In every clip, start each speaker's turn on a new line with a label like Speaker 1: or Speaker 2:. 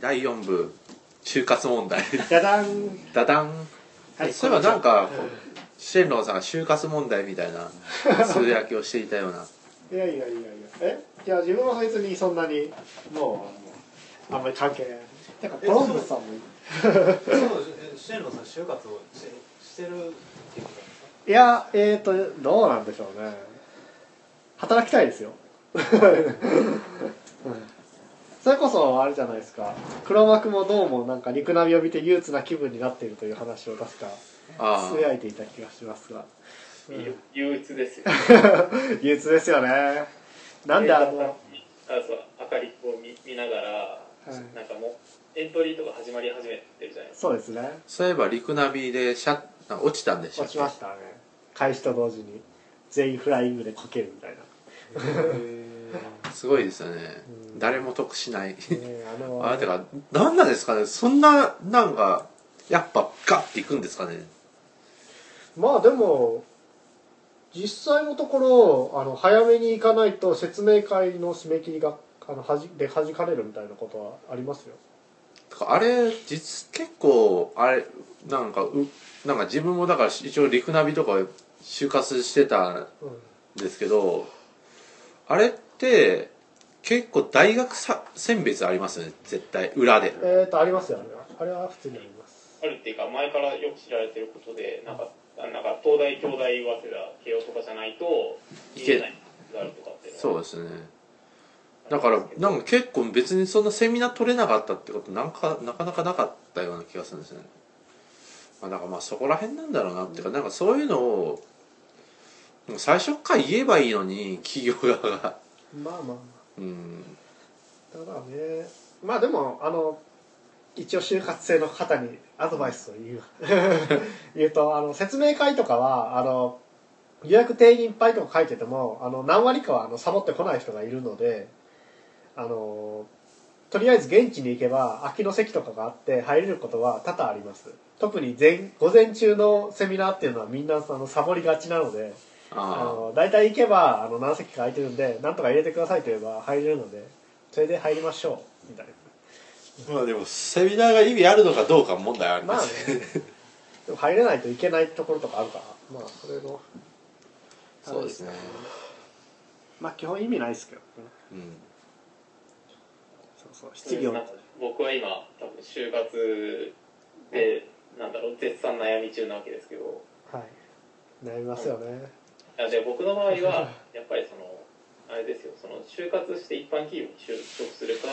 Speaker 1: 第4部就活問題
Speaker 2: ダダン
Speaker 1: ダダン
Speaker 2: はい
Speaker 1: そういえばなんかシェンロンさんが就活問題みたい なつぶやきをしていたような
Speaker 2: いやいやいやいやえいや自分は別にそんなにもうあのあんまり関係ないなんかコロンブスさんも
Speaker 3: そうえシェンロンさん就活をししてるっていうことなんですか
Speaker 2: いやえーとどうなんでしょうね働きたいですようん それこそあれじゃないですか黒幕もどうもなんか陸ナビを見て憂鬱な気分になっているという話を確か
Speaker 1: あ
Speaker 2: つぶやいていた気がしますが
Speaker 4: ゆ憂鬱ですよ。
Speaker 2: 憂鬱ですよねなんであの、
Speaker 4: あそう明かりを見見ながら、
Speaker 2: い
Speaker 4: なんかもうエントリーとか始まり始めてるじゃないですか。
Speaker 2: そうですね
Speaker 1: そういえば陸ナビでシャッ落ちたんでしたっ
Speaker 2: 落
Speaker 1: け
Speaker 2: ちましたね開始と同時に全員フライングでこけるみたいな、
Speaker 1: すごいですよね
Speaker 2: うん
Speaker 1: 誰も得しない
Speaker 2: ねあの
Speaker 1: あてか何なんですかねそんななんかやっぱガッていくんですかね
Speaker 2: まあでも実際のところあの早めに行かないと説明会の締め切りがあのはじで弾かれるみたいなことはありますよ
Speaker 1: てかあれ実結構あれなんかうなんか自分もだから一応陸ナビとか就活してた
Speaker 2: うん
Speaker 1: ですけどあれって結構大学さ選別ありますよね絶対裏で
Speaker 2: えっ、とありますよあれはあれは普通にあります
Speaker 4: あるっていうか前からよく知られてることで、なんかあなんか東大、京大、早稲田、慶応とかじゃないと
Speaker 1: い
Speaker 4: 見
Speaker 1: け
Speaker 4: れないがあるとかっていうのは
Speaker 1: そうですねだからなんか結構別にそんなセミナー取れなかったってことなんかなかなかなかったような気がするんですよねまあだからまあそこら辺なんだろうなっていうかなんかそういうのをもう最初から言えばいいのに企業側が
Speaker 2: まあまあまあ
Speaker 1: うん
Speaker 2: ただねまあでもあの一応就活生の方にアドバイスを言う 言うとあの説明会とかはあの予約定員いっぱいとか書いててもあの何割かはあのサボってこない人がいるのであのとりあえず現地に行けば空きの席とかがあって入れることは多々あります特に前午前中のセミナーっていうのはみんなあのサボりがちなのであ
Speaker 1: あ
Speaker 2: の大体行けばあの何席か空いてるんでなんとか入れてくださいと言えば入れるのでそれで入りましょうみたい
Speaker 1: あまあでもセミナーが意味あるのかどうか問題あ
Speaker 2: な
Speaker 1: り
Speaker 2: ま
Speaker 1: ま
Speaker 2: あ
Speaker 1: す
Speaker 2: ね
Speaker 1: ね
Speaker 2: でも入れないといけないところとかあるからまあそれの
Speaker 1: そうですね
Speaker 2: まあ基本意味ないですけどね
Speaker 1: うん
Speaker 2: そうそう質疑応
Speaker 4: なんか僕は今多分就活でなんだろう絶賛悩み中なわけですけど
Speaker 2: はい悩みますよね
Speaker 4: あで僕の場合 はやっぱりそのあれですよその就活して一般企業に就職するか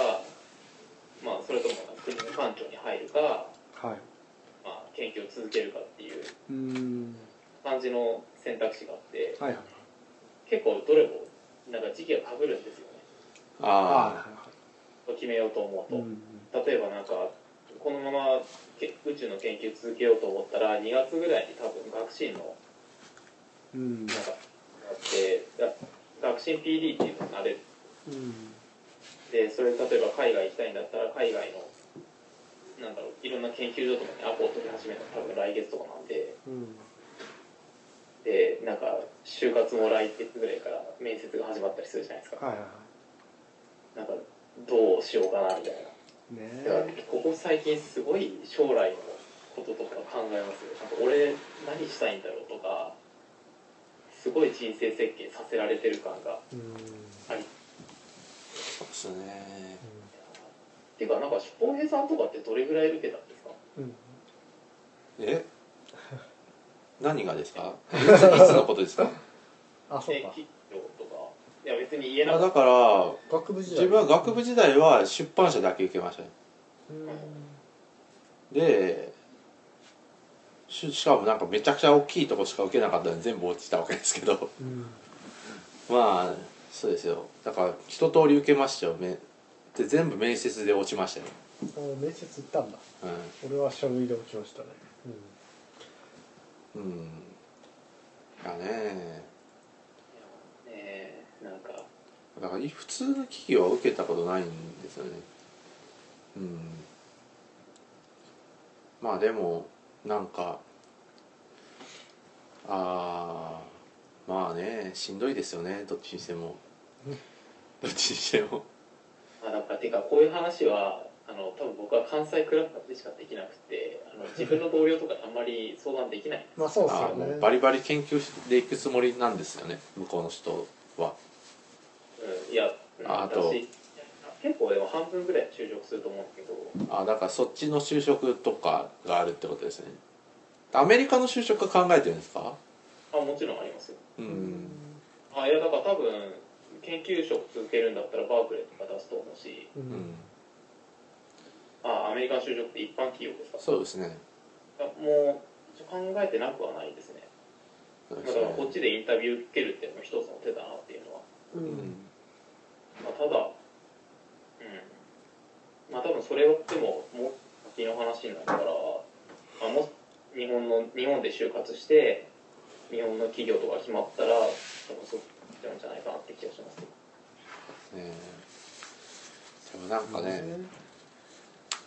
Speaker 4: まあそれとも国の官庁に入るか、
Speaker 2: はい
Speaker 4: まあ、研究を続けるかっていう
Speaker 2: うん
Speaker 4: 感じの選択肢があって
Speaker 2: はいはい
Speaker 4: 結構どれもなんか時期がかぶるんですよね
Speaker 1: あ
Speaker 4: 決めようと思う
Speaker 2: う
Speaker 4: と。
Speaker 2: ん
Speaker 4: 例えばなんかこのままけ宇宙の研究続けようと思ったら2月ぐらいに多分学信の
Speaker 2: うん
Speaker 4: なんかあってだ学信 PD っていうのがあれでそれ例えば海外行きたいんだったら海外のなんだろういろんな研究所とかにアポを取り始めたの多分来月とかなんで
Speaker 2: うん
Speaker 4: でなんか就活も来月ぐらいから面接が始まったりするじゃないですか
Speaker 2: はいはいは
Speaker 4: なんかどうしようかなみたいない
Speaker 2: ね
Speaker 4: だからここ最近すごい将来のこととか考えますよなんか俺何したいんだろうとかすごい人生設計させられてる感が
Speaker 2: うん
Speaker 4: ありっ
Speaker 1: あそうですね
Speaker 4: ていうかなんか翔平さんとかってどれぐらい受けたんですか
Speaker 2: うん
Speaker 1: え 何がですかいついつのことですか
Speaker 2: あそう
Speaker 4: 正
Speaker 2: か
Speaker 4: 企業とかいや別に言えな
Speaker 1: あ
Speaker 4: かっ
Speaker 1: だから
Speaker 2: 学部時代
Speaker 1: 自分は学部時代は出版社だけ受けましたね
Speaker 2: うん
Speaker 1: でししかもなんかめちゃくちゃ大きいとこしか受けなかったんで全部落ちたわけですけど
Speaker 2: うん
Speaker 1: まあそうですよだから一通り受けましたよめで全部面接で落ちましたよ、
Speaker 2: あ面接行ったんだ
Speaker 1: う
Speaker 2: 俺は書類で落ちましたね、
Speaker 1: ん、うん、だね
Speaker 4: たねえなんか
Speaker 1: だからい普通の企業は受けたことないんですよねうんまあでもなんかああまあねしんどいですよねどっちにしてもどっちにしても
Speaker 4: あなんかてかこういう話はあの多分僕は関西クラスターでしかできなくてあの自分の同僚とかあんまり相談できない
Speaker 2: まあそうです
Speaker 1: あ
Speaker 2: よ
Speaker 1: ーも
Speaker 2: ね
Speaker 1: うバリバリ研究していくつもりなんですよね向こうの人は
Speaker 4: うんいや、うん
Speaker 1: ああと
Speaker 4: 私結構でも半分ぐらい就職すると思うんですけど
Speaker 1: あだからそっちの就職とかがあるってことですねアメリカの就職は考えてるんですか
Speaker 4: あもちろんありますよ
Speaker 1: うん、
Speaker 4: あいやだから多分研究職続けるんだったらバークレーとか出すと思うし
Speaker 2: う
Speaker 1: うんん、
Speaker 4: あアメリカの就職って一般企業ですか
Speaker 1: そうですね
Speaker 4: あもう考えてなくはないですね
Speaker 1: そう
Speaker 4: だ
Speaker 1: です
Speaker 4: か
Speaker 1: ね
Speaker 4: らこっちでインタビュー受けるっていうのも一つの手だなっていうのは、
Speaker 2: う
Speaker 1: うんん
Speaker 4: まあ、ただうんまあ多分それはでももう先の話になるから、まあ、もし日本の日本で就活して日本の企業とか決まったら多分そっちなんじゃないかなって気がします
Speaker 1: ねえでもなんかね、
Speaker 2: ね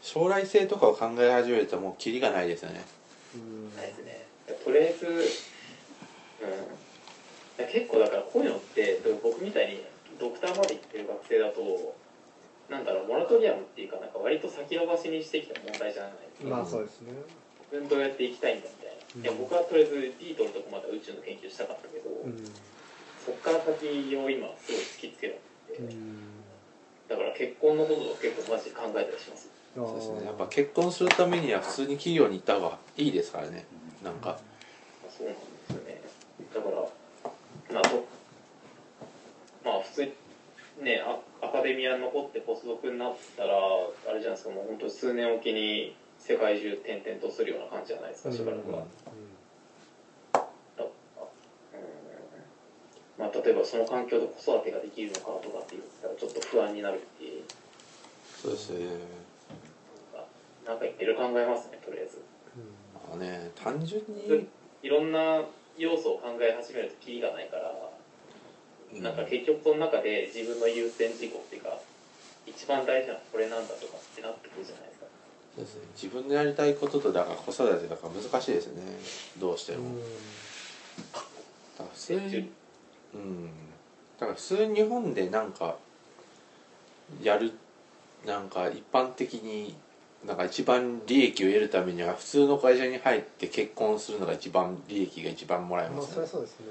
Speaker 1: 将来性とかを考え始めるともうキリがないですよね
Speaker 2: うん
Speaker 4: ないですねとりあえず、うん、いや結構だからこういうのってでも僕みたいにドクターまで行ってる学生だとなんだろうモラトリアムっていうかなんか割と先延ばしにしてきた問題じゃないですか
Speaker 2: まあそうですね
Speaker 4: 自分どうやって行きたいんだみたい
Speaker 2: う
Speaker 4: な、
Speaker 2: ん
Speaker 4: いや僕はとりあえずビートルとこまでは宇宙の研究したかったけど、
Speaker 2: うん
Speaker 4: そっから先を今すごい突きつけられて、
Speaker 2: うん
Speaker 4: だから結婚のことを結構マジで考えたりします
Speaker 1: そうですねやっぱ結婚するためには普通に企業に行った方がいいですからねなんか
Speaker 4: あそうなんですよねだからまあとまあ普通にねアアカデミアに残ってポスドクになったらあれじゃないですかもう本当に数年おきに世界中転々とするような感じじゃないですかしばらくは、だからうんまあ例えばその環境で子育てができるのかとかって言ったらちょっと不安になるっていう
Speaker 1: そうですね
Speaker 4: かなんかいろいろ考えますねとりあえず
Speaker 2: う
Speaker 1: まあね単純に
Speaker 4: ういろんな要素を考え始めるとキリがないから
Speaker 1: うん
Speaker 4: なんか結局その中で自分の優先事項っていうか一番大事なのはこれなんだとかってなってくるじゃないですか
Speaker 1: そうですね自分のやりたいこととだから子育てだから難しいですねどうしても、
Speaker 2: ん
Speaker 1: だから普通にうんだから普通に日本でなんかやるなんか一般的になんか一番利益を得るためには普通の会社に入って結婚するのが一番利益が一番もらえ
Speaker 2: ま
Speaker 1: ま
Speaker 2: あ
Speaker 1: す
Speaker 2: そ
Speaker 1: ね
Speaker 2: りゃそうですね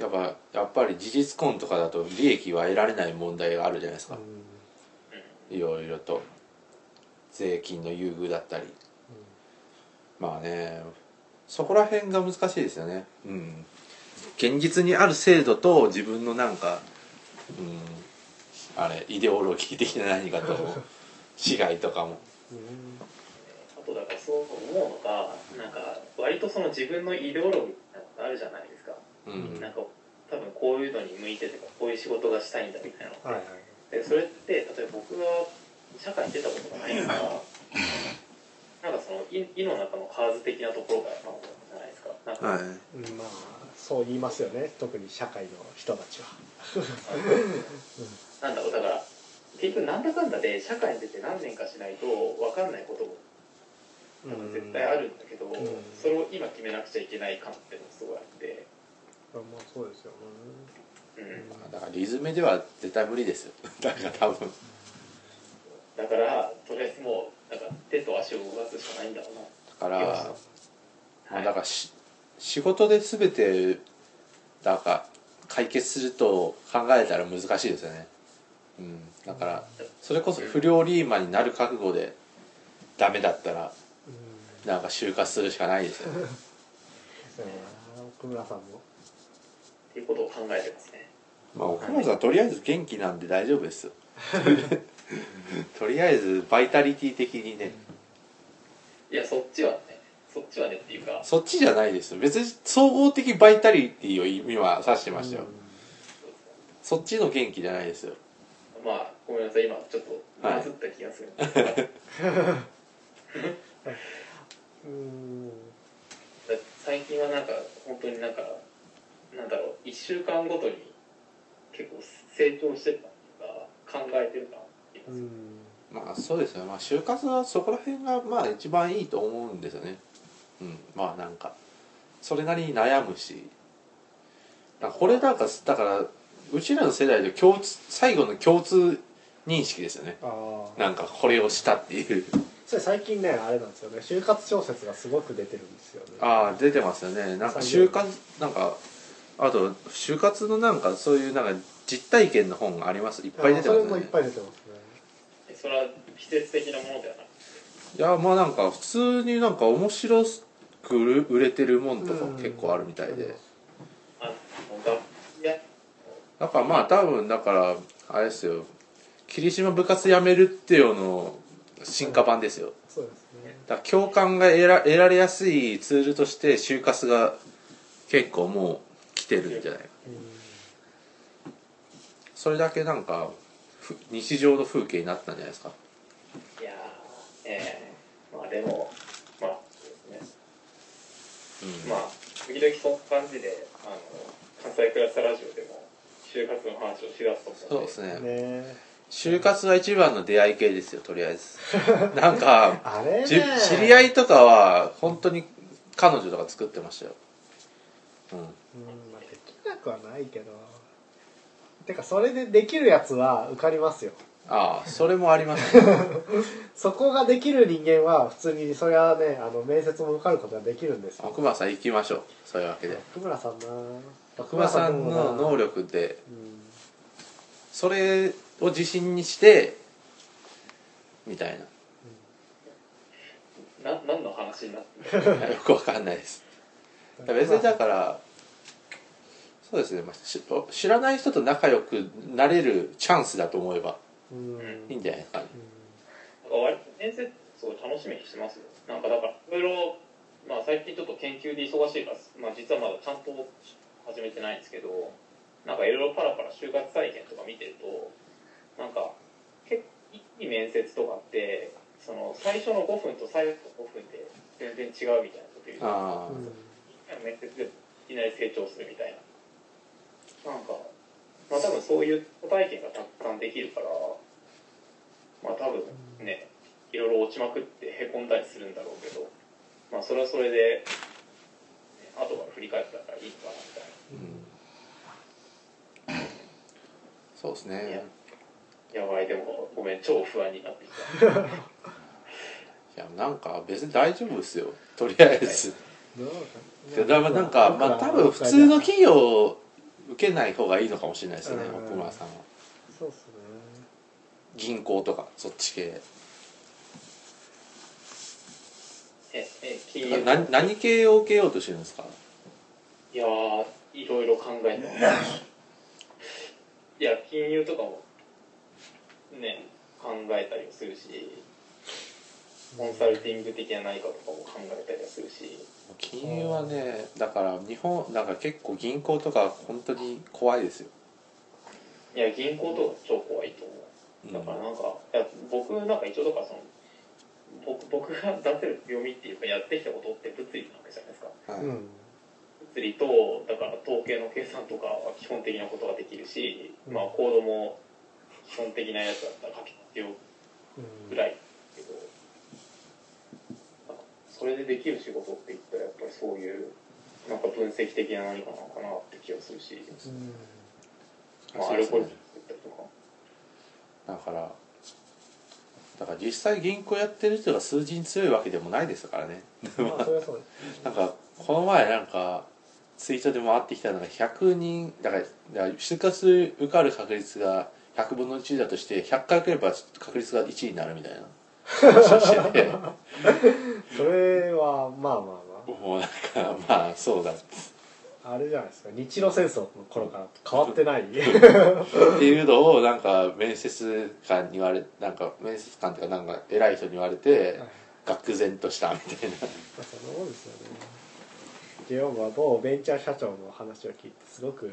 Speaker 1: やっぱやっぱり事実婚とかだと利益は得られない問題があるじゃないです
Speaker 2: う
Speaker 1: か、
Speaker 2: ん
Speaker 1: いろいろと税金の優遇だったりまあねそこら辺が難しいですよねうん現実にある制度と自分のなんかうんあれイデオロギー的な何 かと違いとかも
Speaker 2: うん
Speaker 4: あとだからそう思うのがなんか割とその自分のイデオロギーなんかあるじゃないですか、
Speaker 1: うん
Speaker 4: なんか多分こういうのに向いてとかこういう仕事がしたいんだみたいな
Speaker 2: はいはい
Speaker 4: でそれって例えば僕が社会に出たことがないからなんかその「い」いの中の数的なところからなんじゃないですかなんか、
Speaker 1: はい
Speaker 2: うんまあそう言いますよね特に社会の人たちは
Speaker 4: なんだろうだから結局なんだかんだで社会に出て何年かしないと分かんないことも多分絶対あるんだけど、
Speaker 2: ん
Speaker 4: それを今決めなくちゃいけない感っていうのがすごいあって、
Speaker 2: まあそうですよね
Speaker 4: うん、
Speaker 1: だからリズムでは絶対無理ですよ だから多分
Speaker 4: だからとりあえずもうなんか手と足を動かすしかないんだろうな
Speaker 1: だから、
Speaker 4: よし
Speaker 1: ま
Speaker 4: は
Speaker 1: あ、
Speaker 4: い
Speaker 1: だからし仕事で全てなんか解決すると考えたら難しいですよね、うん、だからそれこそ不良リーマンになる覚悟でダメだったら
Speaker 2: うん
Speaker 1: なんか就活するしかないですよね
Speaker 2: うん奥村さんも
Speaker 4: っていうことを考えてますね
Speaker 1: まあ奥村さんとりあえず元気なんで大丈夫です よとりあえずバイタリティ的にね
Speaker 4: いやそっちはねそっちはねっていうか
Speaker 1: そっちじゃないですよ別に総合的バイタリティを今指してましたよ、そっちの元気じゃないですよ
Speaker 4: まあごめんなさい今ちょっとバズった気がする、
Speaker 2: うん
Speaker 4: だ最近はなんか本当になんかなんだろう1週間ごとに結構成長してるなとか考えてるなって
Speaker 2: う
Speaker 4: いうん
Speaker 1: まあそうですね、まあ、就活はそこら辺がまあ一番いいと思うんですよねうんまあなんかそれなりに悩むしなんかこれなんかだからうちらの世代で共通最後の共通認識ですよね
Speaker 2: ああ
Speaker 1: なんかこれをしたっていう
Speaker 2: それ最近ねあれなんですよね就活小説がすごく出てるんですよね
Speaker 1: ああ出てますよねなんか就活なんかあと就活のなんかそういうなんか実体験の本がありますいっぱい出て
Speaker 2: あ
Speaker 1: ま
Speaker 2: ー
Speaker 1: すよ
Speaker 2: それもいっ
Speaker 1: ね
Speaker 2: ぱい出てますね
Speaker 4: それは季節的なものではなく
Speaker 1: いやまあなんか普通になんか面白く売れてるもんとかも結構あるみたいで、
Speaker 2: うん
Speaker 4: あの楽器や
Speaker 1: だからまあ多分だからあれですよ霧島部活やめるっていうの進化版ですよ
Speaker 2: そうですね
Speaker 1: だから共感が得ら得られやすいツールとして就活が結構もう来てるんじゃないかそれだけなんかふ日常の風景になったんじゃないですか
Speaker 4: いやーええまあでもまあそうですね
Speaker 1: うん
Speaker 4: まあ、時々そんな感じで、あの、関西クラスタラジオでも、就活の話をしだすと
Speaker 1: そう
Speaker 4: 思うの
Speaker 1: で
Speaker 4: で、
Speaker 1: すね
Speaker 2: うんね
Speaker 1: 就活は一番の出会い系ですよとりあえずなんか
Speaker 2: あれね
Speaker 1: じ知り合いとかは本当に彼女とか作ってましたよ、うん、
Speaker 2: うんまあできなくはないけどてかそれでできるやつは受かりますよ
Speaker 1: ああそれもありましたね
Speaker 2: そこができる人間は普通にそれはねあの面接も受かることができるんですよ
Speaker 1: 奥村さん行きましょうそういうわけで
Speaker 2: 福村さんな
Speaker 1: 奥村さんの能
Speaker 2: 力、
Speaker 1: 力で
Speaker 2: うん
Speaker 1: それを自信にしてみた い
Speaker 4: な、何の話になってる
Speaker 1: なよくわかんないですだから別にだからそうですね、まあ、し知らない人と仲良くなれるチャンスだと思えば
Speaker 2: うんうん
Speaker 1: いいんじゃないですかね
Speaker 4: のか、割と面接、そう、楽しみにしてますよ。なんかだから、いろいろ、まあ最近ちょっと研究で忙しいから、まあ実はまだちゃんと始めてないんですけど、なんかいろいろパラパラ就活体験とか見てると、なんか、結構いい面接とかって、その、最初の5分と最後の5分で全然違うみたいなこと言う。
Speaker 1: ああ、
Speaker 2: うん
Speaker 4: 面接でいきなり成長するみたいななんかまあ多分そういう体験がたくさんできるからまあ多分ねいろいろ落ちまくってへこんだりするんだろうけどまあそれはそれで、ね、後から振り返ったらいいのかなみたい
Speaker 1: うんそうです
Speaker 4: いや
Speaker 1: ね
Speaker 4: なやばいでもごめん超不安になってき た
Speaker 1: いやなんか別に大丈夫ですよとりあえず
Speaker 2: どう
Speaker 1: だからなんかまあ多分普通の企業を受けない方がいいのかもしれないですね
Speaker 2: うん
Speaker 1: 奥村さんは
Speaker 2: そうっす
Speaker 1: 銀行とかそっち系
Speaker 4: ええ金融
Speaker 1: な何系を受けようとしてるんですか
Speaker 4: いやーいろいろ考えてますいや金融とかもね考えたりもするしコンサルティング的な何かとかも考えたりはするし
Speaker 1: 金融はねだから日本なんか結構銀行とか本当に怖いですよ、
Speaker 4: いや銀行とか超怖いと思
Speaker 1: うん
Speaker 4: うだからなんかいや僕なんか一応だからその僕僕が出せる読みっていうかやってきたことって物理なわけじゃないですか
Speaker 1: はい
Speaker 2: ねうん
Speaker 4: 物理とだから統計の計算とかは基本的なことができるし、
Speaker 2: うん
Speaker 4: まあコードも基本的なやつだったら書き必要
Speaker 2: うん
Speaker 4: ぐらいけど、あそれでできる仕事っていったらやっぱりそういうなんか分析的な何かなのかなって気がするし、
Speaker 2: うん
Speaker 4: まあ、
Speaker 1: そ
Speaker 4: ア
Speaker 1: うで
Speaker 4: ル
Speaker 1: す
Speaker 4: ゴ
Speaker 1: ね
Speaker 4: リズムだったりとか
Speaker 1: だからだから実際銀行やってる人が数字に強いわけでもないですからね
Speaker 2: まあそれはそう
Speaker 1: なんかこの前なんかツイートで回ってきたのが100人だからだから就活受かる確率が100分の1だとして100回受ければ確率が1になるみたいな話をしてて
Speaker 2: それはまあまあ
Speaker 1: もうなんかまあそうだっ
Speaker 2: まああれじゃないですか日露戦争の頃から変わってない
Speaker 1: ていうのをなんか面接官に言われなんか面接官っていうかなんか偉い人に言われて愕然としたみたいな
Speaker 2: まあそんなもんですよねジェオームは某ベンチャー社長の話を聞いてすごくなん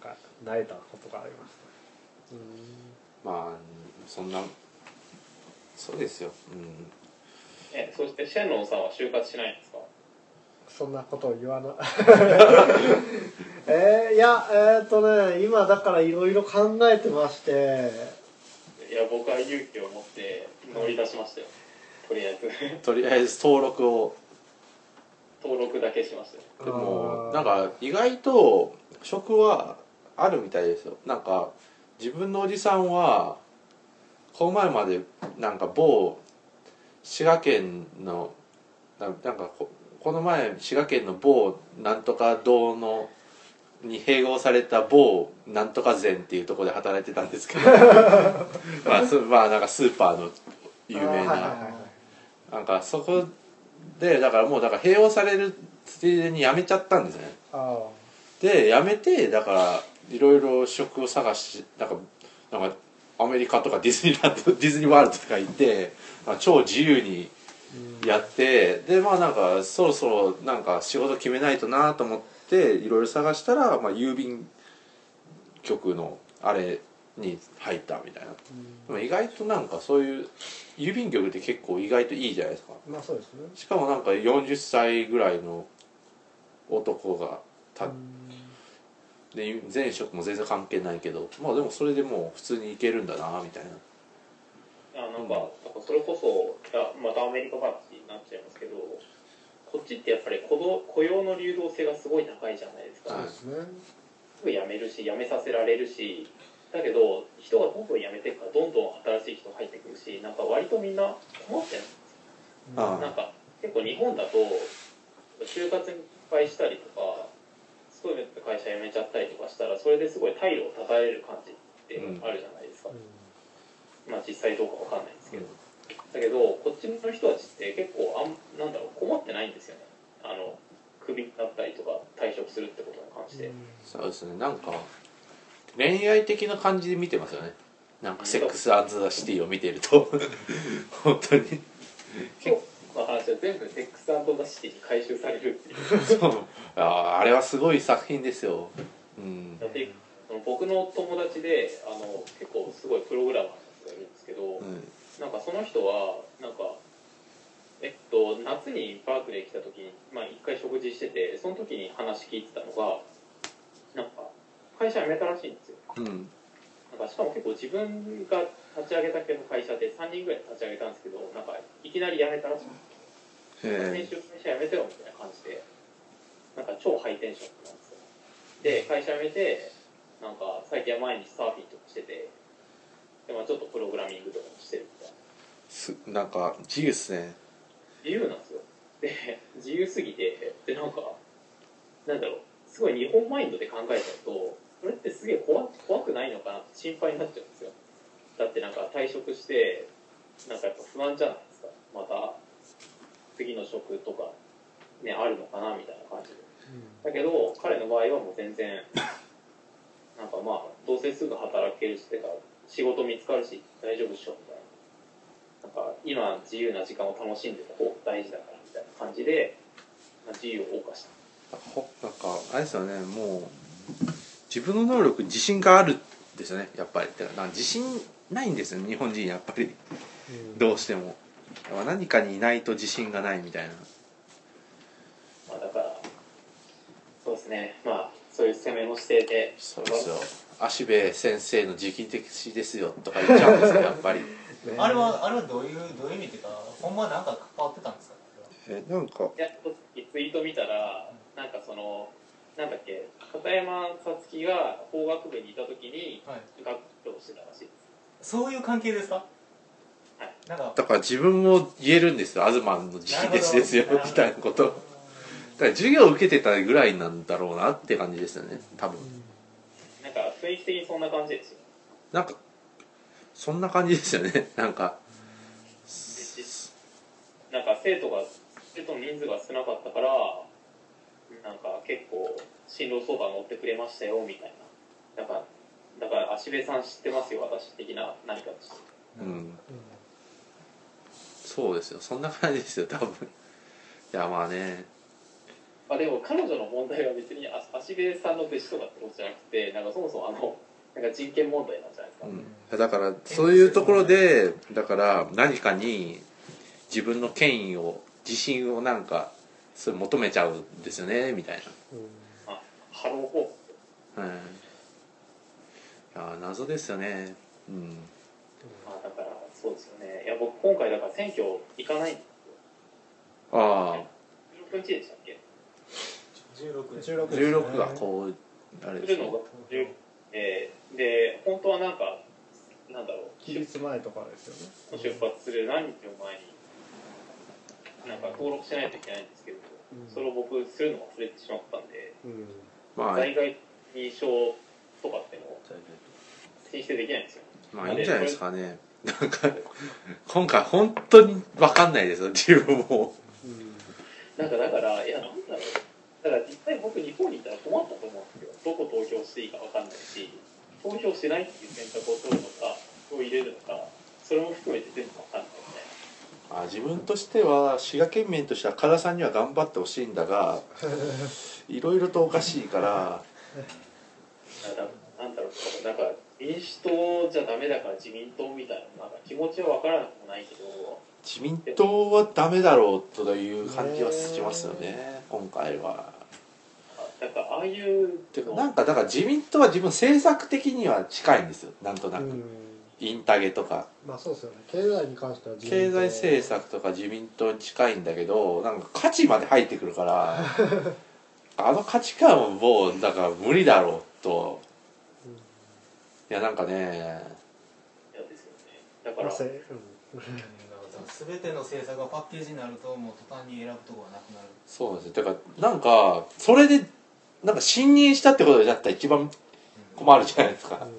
Speaker 2: か慣れたことがありました
Speaker 1: まあそんなそうですようん
Speaker 4: えそしてシェンロンさんは就活しないんですか
Speaker 2: そんなことを言わない えーいやえーっ、とね今だからいろいろ考えてまして
Speaker 4: いや僕は勇気を持って乗り出しましたよとりあえず
Speaker 1: とりあえず登録を
Speaker 4: 登録だけしましたよ
Speaker 1: でも
Speaker 2: あー
Speaker 1: なんか意外と職はあるみたいですよなんか自分のおじさんはこの前までなんか某滋賀県のななんかここの前滋賀県の某なんとか堂のに併合された某なんとか膳っていうところで働いてたんですけ どまあすまあなんかスーパーの有名な、
Speaker 2: あーはいはいはいはい
Speaker 1: なんかそこでだからもうだから併合されるついでに辞めちゃったんですね
Speaker 2: あ
Speaker 1: で辞めてだからいろいろ職を探しなんかなんかアメリカとかディズニーランドディ ズニーワールドとか行ってなんか超自由にやってでまあなんかそろそろなんか仕事決めないとなと思っていろいろ探したら、まあ、郵便局のあれに入ったみたいなでも意外となんかそういう郵便局って結構意外といいじゃないですか
Speaker 2: ーまあそうですね
Speaker 1: しかもなんか40歳ぐらいの男がたで前職も全然関係ないけどまあでもそれでもう普通に行けるんだなみたいな
Speaker 4: あなんか、なんかそれこそ、いやまたアメリカ話になっちゃいますけど、こっちってやっぱり雇用雇用の流動性がすごい高いじゃないですか。
Speaker 1: はい
Speaker 2: すね
Speaker 4: すぐ辞めるし、辞めさせられるし、だけど、人がどんどん辞めていくから、どんどん新しい人入ってくるし、なんか割とみんな困ってる
Speaker 1: あ
Speaker 4: なんか結構日本だと就活にいっぱいしたりとかすごい会社辞めちゃったりとかしたらそれですごい退路を断たれる感じってあるじゃないですか、まあ実際どうかわかんないですけど、だけどこっちの人たちって結構あんなんだろう困ってないんですよねあのクビになったりとか退職するってことに関して、
Speaker 1: そうですねなんか恋愛的な感じで見てますよねなんか「セックス・アンズ・ザ・シティ」を見てると本当に
Speaker 4: 今日の話は全部セックスザシティに回収されるっていう
Speaker 1: そうあーあれはすごい作品ですようん
Speaker 4: だってあの僕の友達であの結構すごいプログラマーの人がいるんですけど、
Speaker 1: うん
Speaker 4: なんかその人はなんかえっと夏にバークで来た時にまあ一回食事しててその時に話聞いてたのがなんか会社辞めたらしいんですよ
Speaker 1: うん
Speaker 4: なんかしかも結構自分が立ち上げた系の会社で3人ぐらい立ち上げたんですけどなんかいきなり辞めたらしい先
Speaker 1: へ
Speaker 4: 週会社辞めてよみたいな感じでなんか超ハイテンションなんですよで会社辞めてなんか最近は毎日サーフィンとかしててで、まあ、ちょっとプログラミングとかもしてるみたいな
Speaker 1: えすなんか自由っすね
Speaker 4: 自由なんですよで自由すぎてでなんかなんだろうすごい日本マインドで考えちゃうとそれってすげえ怖怖くないのかなって心配になっちゃうんですよだってなんか退職してなんかやっぱ不安じゃないですかまた次の職とかねあるのかなみたいな感じでだけど彼の場合はもう全然なんかまあどうせすぐ働けるしってか仕事見つかるし大丈夫っしょみたいななんか今自由な時間を楽しんでる方が大事だからみたいな感じで、まあ、自由を謳歌した
Speaker 1: ほなんかあれですよねもう自分の能力に自信があるんですよねやっぱりだからなんか自信ないんですよ日本人やっぱりどうしてもだから何かにいないと自信がないみたいな
Speaker 4: まあ、だからそうですねまあそういう攻めの姿勢で
Speaker 1: そうですよ芦部先生の直的ですよとか言っちゃうんですよやっぱり
Speaker 2: ね
Speaker 3: あれはあれはどういうどういう意味っていうかほんまなんか関わってたんですか
Speaker 1: えなんか
Speaker 4: いやツイート見たらなんかそのなんだっけ片山さつきが法学部にいた時に
Speaker 3: はい
Speaker 4: 学長をしてたらしいです
Speaker 3: そういう関係ですか
Speaker 4: はい
Speaker 3: なんか
Speaker 1: だから自分も言えるんですよ東の直弟ですよ
Speaker 3: なるほど
Speaker 1: みたいなことだから授業を受けてたぐらいなんだろうなって感じですよね多分
Speaker 4: なんか雰囲気的にそんな感じですよ
Speaker 1: なんかそんな感じですよね なんか
Speaker 4: なんか生徒が生徒の人数が少なかったからなんか結構進路相談乗ってくれましたよみたいななんかだから足部さん知ってますよ私的な何かです
Speaker 1: うんそうですよそんな感じですよ多分いやまあね
Speaker 4: まあでも彼女の問題は別にあ足部さんの弟子とかってことじゃなくてなんかそもそもあのなんか人権問題なんじゃないですか、
Speaker 1: うん、だからそういうところでだから何かに自分の権威を自信をなんかそれ求めちゃうんですよねみたい
Speaker 4: あハローホープ
Speaker 1: な、うん、いや謎ですよねうん
Speaker 4: まあだからそうですよねいや僕今回だから選挙行かないんです
Speaker 1: あ
Speaker 4: よ16日でしたっけ
Speaker 3: 16です
Speaker 1: あ16がこうあれ
Speaker 4: す
Speaker 1: です
Speaker 4: るの
Speaker 1: ね
Speaker 4: が16でで本当はなんかなんだろう
Speaker 2: 期日前とかですよね
Speaker 4: 出発する何日も前になんか登録しないといけないんですけど、
Speaker 2: うん
Speaker 4: それを僕するの忘れてしまったんで、
Speaker 2: うん
Speaker 1: まあ
Speaker 4: 在外認証とかっても申請できないんですよ
Speaker 1: まあいいんじゃないですかねなんか今回本当に分かんないですよ自分も
Speaker 2: うん
Speaker 4: なんかだからいやなんだろうだから実際僕日本にいたら困ったと思うんですよどこ投票していいか分かんないし投票しないっていう選択を取るのかを入れるのかそれも含めて全部分かんないみたいな
Speaker 1: あ自分としては滋賀県民としては唐さんには頑張ってほしいんだがいろいろとおかしいから
Speaker 4: なんかなんだろうなんか民主党じゃダメだから自民党みたいななんか気持ちは分からなくもないけど
Speaker 1: 自民党はダメだろうという感じはしますよね今回は。
Speaker 4: なんかああいう
Speaker 1: てかなんかだから自民党は自分政策的には近いんですよなんとな
Speaker 2: う
Speaker 1: く、
Speaker 2: ん
Speaker 1: インタゲとか
Speaker 2: まあそうですよね経済に関しては自
Speaker 1: 経
Speaker 2: 民党
Speaker 1: 済政策とか自民党に近いんだけどなんか価値まで入ってくるからあの価値観はもうだから無理だろうと
Speaker 2: うん
Speaker 1: いやなんかね
Speaker 4: やですよねだか
Speaker 2: ま
Speaker 4: ら
Speaker 2: あせうん
Speaker 3: すべての政策がパッケージになるともう途端に選ぶところがなくなる
Speaker 1: そうなんですよだからなんかそれでなんか信任したってことだったら一番困るじゃないですか、
Speaker 4: なんか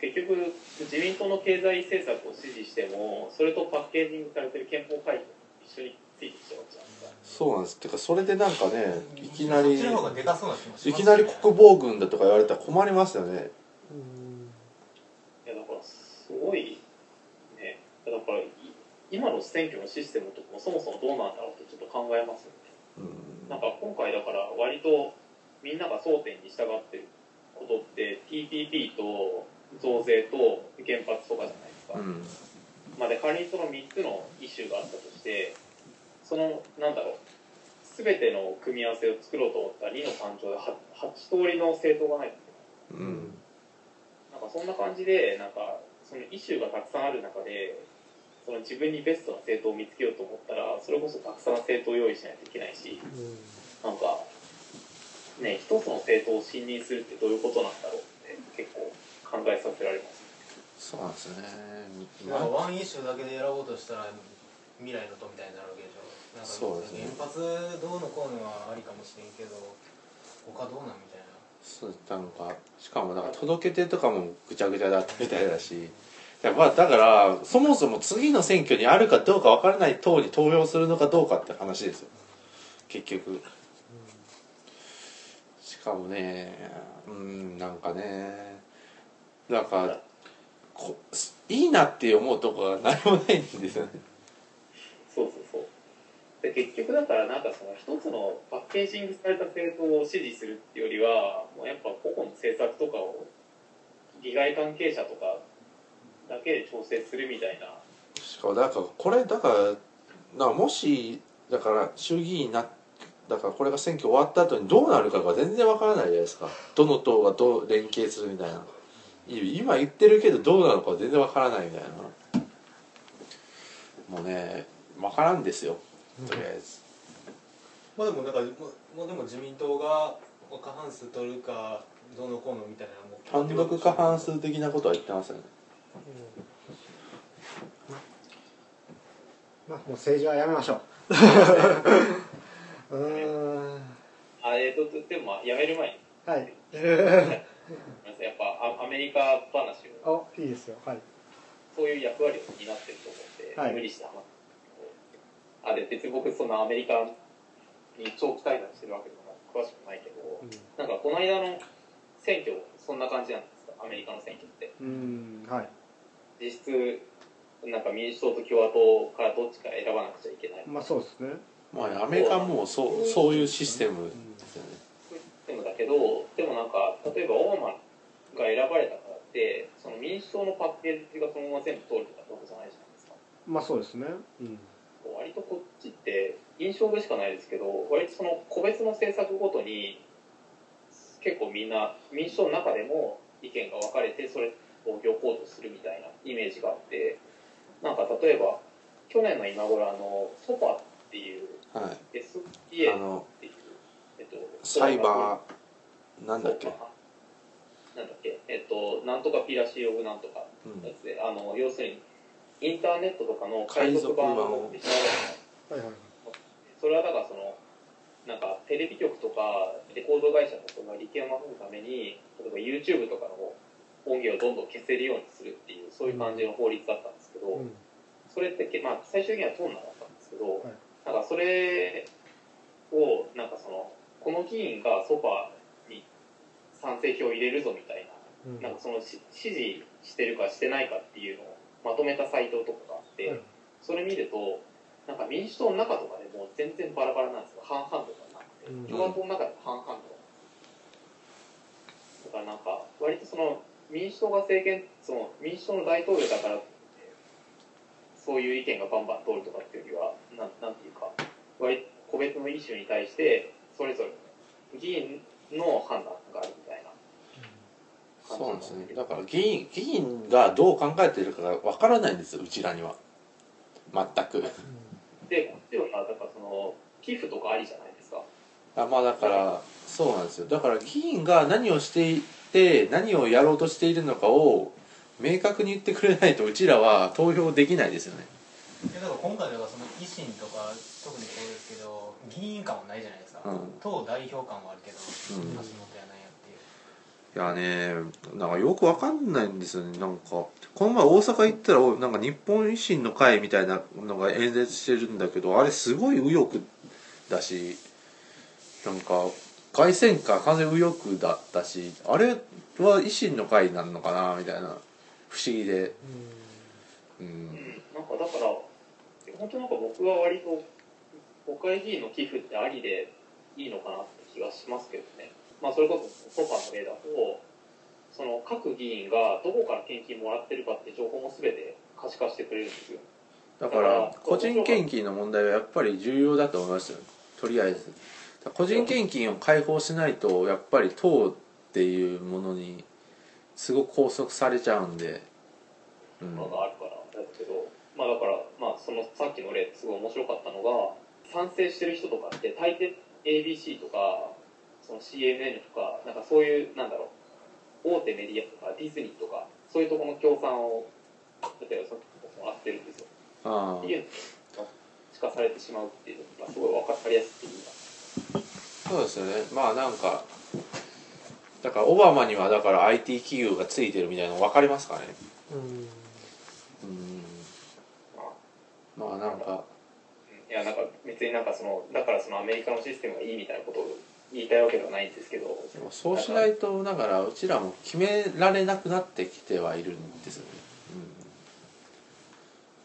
Speaker 4: 結局自民党の経済政策を支持してもそれとパッケージングされてる憲法改正一緒についてきちゃうじゃん
Speaker 1: そうなんですてかそれでなんかねいきな
Speaker 3: そっ
Speaker 1: り
Speaker 3: ちの方がでかそうな気もします
Speaker 1: いきなり国防軍だとか言われたら困りますよね
Speaker 2: うん
Speaker 4: いやだからすごいねだからい今の選挙のシステムとかもそもそもどうなんだろうってちょっと考えますよね
Speaker 1: うん
Speaker 4: なんか今回だから割とみんなが争点に従ってることって TPP と増税と原発とかじゃないですか、
Speaker 1: うん
Speaker 4: まあ、で仮にその3つのイシューがあったとしてそのなんだろう全ての組み合わせを作ろうと思ったら2の3乗で 8, 通りの政党がないとい
Speaker 1: うん
Speaker 4: けないなんかそんな感じでなんかそのイシューがたくさんある中でその自分にベストな政党を見つけようと思ったらそれこそたくさん政党を用意しないといけないし
Speaker 2: うん
Speaker 4: なんかね一つの政党を信任するってどういうことなんだろうって結構考えさせられます
Speaker 1: そうなんですよね
Speaker 3: なんかワンイッシュだけで選ぼうとしたら未来のとみたいになるわけでしょな
Speaker 1: そう
Speaker 3: んか
Speaker 1: ですね
Speaker 3: 原発どうのこうのはありかもしれんけど他どうなんみたいな
Speaker 1: そうなんかしかもなんか届け手とかもぐちゃぐちゃだったみたいだしだからまあだからそもそも次の選挙にあるかどうかわからない党に投票するのかどうかって話ですよ結局しかもねうんなんかねなんかこいいなって思うとこが何もないんですよね
Speaker 4: そうそうそうで結局だからなんかその一つのパッケージングされた政党を支持するっていうよりはもうやっぱ個々の政策とかを利害関係者とかだけで調整するみたいな
Speaker 1: しかもだからこれだからなもしだから衆議院になだからこれが選挙終わった後にどうなるかが全然わからないじゃないですかどの党がどう連携するみたいない今言ってるけどどうなのか全然わからないみたいなもうねわからんですよとりあえず
Speaker 3: まあでもなんかもうもうでも自民党が過半数取るかどうのこうのみたいなもう決まっ
Speaker 1: 単
Speaker 3: てるわけ
Speaker 1: 独
Speaker 3: でしょ
Speaker 1: 過半数的なことは言ってますよね
Speaker 2: まあもう政治はやめましょううーん
Speaker 4: あえっとでもまあやめる前に
Speaker 2: はい
Speaker 4: ごめんなさいやっぱアアメリカ話を
Speaker 2: おいいですよはい
Speaker 4: そういう役割を担ってると思って、
Speaker 2: はい
Speaker 4: 無理して話すあで別に僕そんなアメリカに長期滞在してるわけでも詳しくないけど、なんかこの間の選挙そんな感じなんですかアメリカの選挙って
Speaker 2: うんはい
Speaker 4: 実質なんか民主党と共和党からどっちか選ばなくちゃいけない
Speaker 2: まあそうですね
Speaker 1: まあねアメリカはもうそうそういうシステムですよね
Speaker 4: でもだけどでもなんか例えばオーマンが選ばれたからってその民主党のパッケージがそのまま全部通るとかってことじゃないじゃないですか
Speaker 2: まあそうですねうん
Speaker 4: 割とこっちって印象でしかないですけど割とその個別の政策ごとに結構みんな民主党の中でも意見が分かれてそれを行こうとするみたいなイメージがあってなんか例えば去年の今頃あのソファっていう
Speaker 1: は
Speaker 4: SPA
Speaker 1: いあの
Speaker 4: っていう、えっと、
Speaker 1: サイバーなんだっけ
Speaker 4: なんだっけ、えっと、なんとかピラシー・オブ・なんとか
Speaker 1: うん
Speaker 4: のやつで、あの、要するに、インターネットとかの海賊版を持ってしまう
Speaker 2: はいはい
Speaker 4: それはだからそのなんかテレビ局とかレコード会社とかが利権を守るために例えば YouTube とかの音源をどんどん消せるようにするっていうそういう感じの法律だったんですけど、
Speaker 2: うん
Speaker 4: それってけ、まあ、最終的には通んなかったんですけど、
Speaker 2: い
Speaker 4: なんかそれをなんかそのこの議員がソファに賛成票を入れるぞみたいな
Speaker 2: うん
Speaker 4: なんかそのし支持してるかしてないかっていうのをまとめたサイトとかがあって、
Speaker 2: はい
Speaker 4: それ見るとなんか民主党の中とかでもう全然バラバラなんですよ半々とかなくて、
Speaker 2: うん
Speaker 4: 共和党の中で半々とかだからなんか割とその民主党が政権その民主党の大統領だからってそういう意見がバンバン通るとかっていうよりはなんなんていうか割個別のイシューに対してそれぞれ議員の判断があるみたいな
Speaker 1: そうなんですねだから議員議員がどう考えてるかがわからないんですようちらには全く
Speaker 4: で、こっちは、だからその、寄付とかありじゃないですか。
Speaker 1: あまあだからそうなんですよだから議員が何をしていて何をやろうとしているのかを明確に言ってくれないとうちらは投票できないですよね
Speaker 3: えだから今回だからその維新とか特にそうですけど議員感はないじゃないですか、
Speaker 1: うん
Speaker 3: 党代表感はあるけど、
Speaker 1: ん
Speaker 3: 橋本やなんやっていう
Speaker 1: いやねなんかよくわかんないんですよねなんかこの前大阪行ったらおなんか日本維新の会みたいなのが演説してるんだけどあれすごい右翼だしなんか凱旋か完全に右翼だったしあれは維新の会なのかなみたいな不思議でう
Speaker 4: うん
Speaker 1: ん。
Speaker 4: なんか、だから、本当なんか僕は割と、国会議員の寄付ってありでいいのかなって気がしますけどね。まあ、それこそ、ソファの例だと、その、各議員がどこから献金もらってるかって情報も全て可視化してくれるんですよ。
Speaker 1: だから個人献金の問題はやっぱり重要だと思いますよとりあえずだから個人献金を解放しないとやっぱり党っていうものにすごく拘束されちゃうんで、うん、
Speaker 4: のがあるからだけど、まあだから、まあそのさっきの例すごい面白かったのが、賛成してる人とかって大抵 ABC とか、その CNN とか、なんかそういう、なんだろう、大手メディアとかディズニーとか、そういうところの協賛を、例えばその、もらってるんですよ。
Speaker 1: あ
Speaker 4: っ
Speaker 1: あ
Speaker 4: ていうのがしかされてしまうっていうのがすごい分かりやすいっていうか。
Speaker 1: そうですよねまあなんかだからオバマにはだから IT 企業がついてるみたいなの分かりますかね
Speaker 2: うん
Speaker 1: うんまあなんか
Speaker 4: いやなんか別になんかそのだからそのアメリカのシステムがいいみたいなことを言いたいわけではないんですけど
Speaker 1: でもそうしないとだからうちらも決められなくなってきてはいるんですよね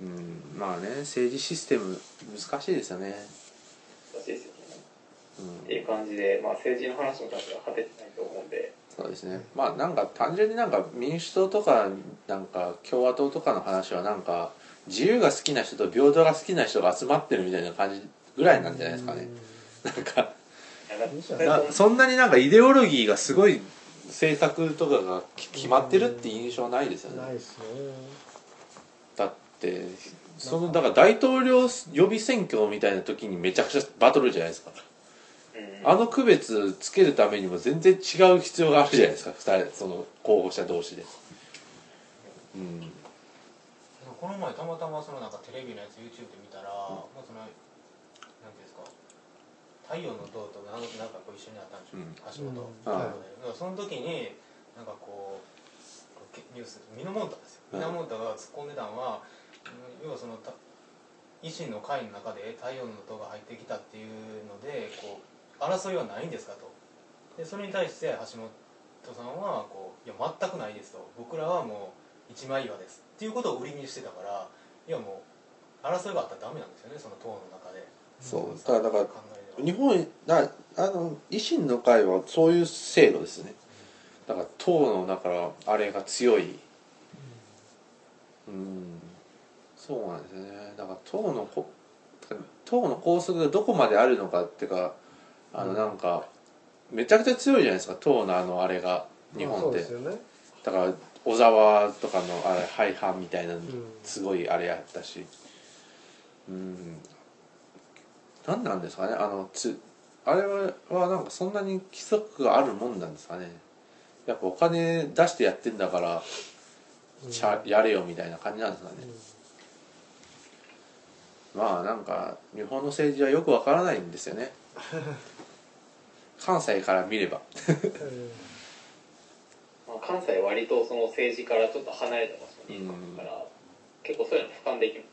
Speaker 1: うん、うん、まあね政治システム難しいですよね、
Speaker 4: 難しいですよね
Speaker 1: うん
Speaker 4: っていう感じで、まあ、政治の話も多分果ててないと思うんで、
Speaker 1: そうですねまあなんか単純になんか民主党とかなんか共和党とかの話はなんか自由が好きな人と平等が好きな人が集まってるみたいな感じぐらいなんじゃないですかねなんか
Speaker 4: いや
Speaker 2: いいじゃ
Speaker 4: だ
Speaker 2: な
Speaker 1: なそんなになんかイデオロギーがすごい政策とかがき決まってるって印象ないですよね
Speaker 2: ないですね
Speaker 1: だってそのだから大統領予備選挙みたいな時にめちゃくちゃバトルじゃないですか
Speaker 4: うん
Speaker 1: あの区別つけるためにも全然違う必要があるじゃないですか2人その候補者同士でうん
Speaker 3: でもこの前たまたまそのなんかテレビのやつ YouTube で見たら、もうそのなんていうんですか太陽の塔となんなんかこう一緒になったんでしょ、
Speaker 1: うん
Speaker 3: 橋本、
Speaker 2: うん
Speaker 1: はい
Speaker 3: 太陽の塔でだからその時になんかこうこうけニュースミノモンタですよ
Speaker 1: はい
Speaker 3: ミノモンタが突っ込んでたのは、うん要はそのた維新の会の中で太陽の塔が入ってきたっていうのでこう争いはないんですかとでそれに対して橋本さんはこう「いや全くないです」と「僕らはもう一枚岩です」っていうことを売りにしてたからいやもう争いがあったらダメなんですよねその党の中で
Speaker 1: そうだからだから
Speaker 3: 考えで
Speaker 1: 日本だあの維新の会はそういう制度ですねだから党のだからあれが強いうんそうなんですよねだから党のこ党の拘束がどこまであるのかっていうかあのなんか、めちゃくちゃ強いじゃないですか党のあのあれが日
Speaker 2: まあそ
Speaker 1: 本
Speaker 2: う
Speaker 1: で,、
Speaker 2: ですよね
Speaker 1: だから小沢とかのあれ廃藩みたいなの
Speaker 2: ん
Speaker 1: すごいあれやったしうん何なんですかねあのつあれははなんかそんなに規則があるもんなんですかねやっぱお金出してやってんだから
Speaker 2: うん
Speaker 1: ちゃやれよみたいな感じなんですかね、まあなんか日本の政治はよくわからないんですよね関西から見れば
Speaker 2: うん
Speaker 4: まあ、関西は割とその政治からちょっと離れてますもんね、
Speaker 1: うん
Speaker 4: から結構そういうの俯瞰できる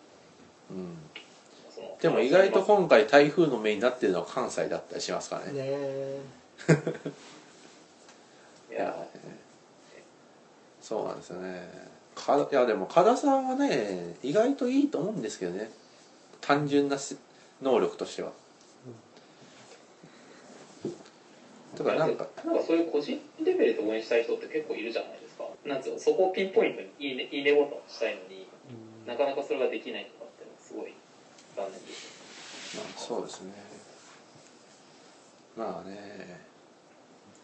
Speaker 1: うん
Speaker 4: その
Speaker 1: でも意外と今回台風の目になってるのは関西だったりしますからね
Speaker 2: ねえ
Speaker 4: い
Speaker 1: いや
Speaker 4: や
Speaker 1: そうなんですよねかいやでも加田さんはね意外といいと思うんですけどね単純なし能力としてはだからなんか
Speaker 4: なんかそういう個人レベルで応援したい人って結構いるじゃないですかなんつうのそこをピンポイントにいいねいいねボタンを押したいのになかなかそれができないとかってのはすごい残念です
Speaker 1: まあそうですねまあね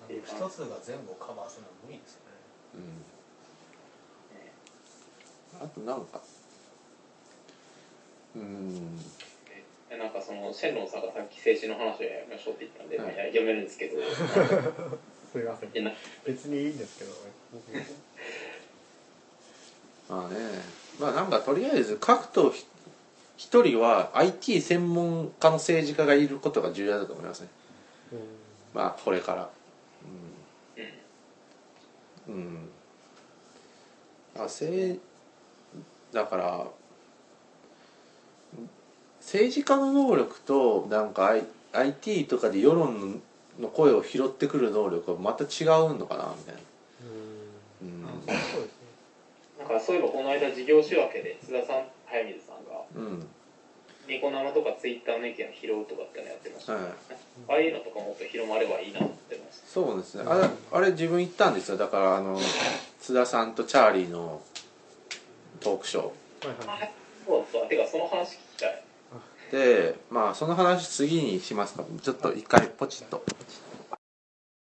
Speaker 3: あの一つが全部をカバーするのは無理ですよね
Speaker 1: うん
Speaker 4: ね
Speaker 1: あとなんかうん
Speaker 4: でなんかそのシェンロンさんがさっき政治の話をやめましょうって言ったんで、
Speaker 1: はい
Speaker 4: まあ、ややめるんで すけど
Speaker 2: すいません
Speaker 4: いやな
Speaker 2: 別にいいんですけどね
Speaker 1: まあねまあなんかとりあえず各党ひ一人は IT 専門家の政治家がいることが重要だと思いますね
Speaker 2: うん
Speaker 1: まあこれから
Speaker 4: うん
Speaker 1: うん、うん、だからせだから政治家の能力となんか I- IT とかで世論のの声を拾ってくる能力はまた違うのかなみたいな、うん
Speaker 2: そうですね
Speaker 4: なんかそういえばこの間事業仕分けで津田さん早水さんが
Speaker 1: うん
Speaker 4: ニコ生とかツイッターの意見を拾うとかってのやってました、ね
Speaker 1: はい
Speaker 4: ああいうのとかもっと広まればいいなと思ってまし
Speaker 1: そうですねあれあれ自分行ったんですよだからあの津田さんとチャーリーのトークショー
Speaker 2: はい
Speaker 4: た、
Speaker 2: はい
Speaker 4: あそうそうてかその話聞きたい
Speaker 1: でまあその話次にしますかちょっと一回ポチッと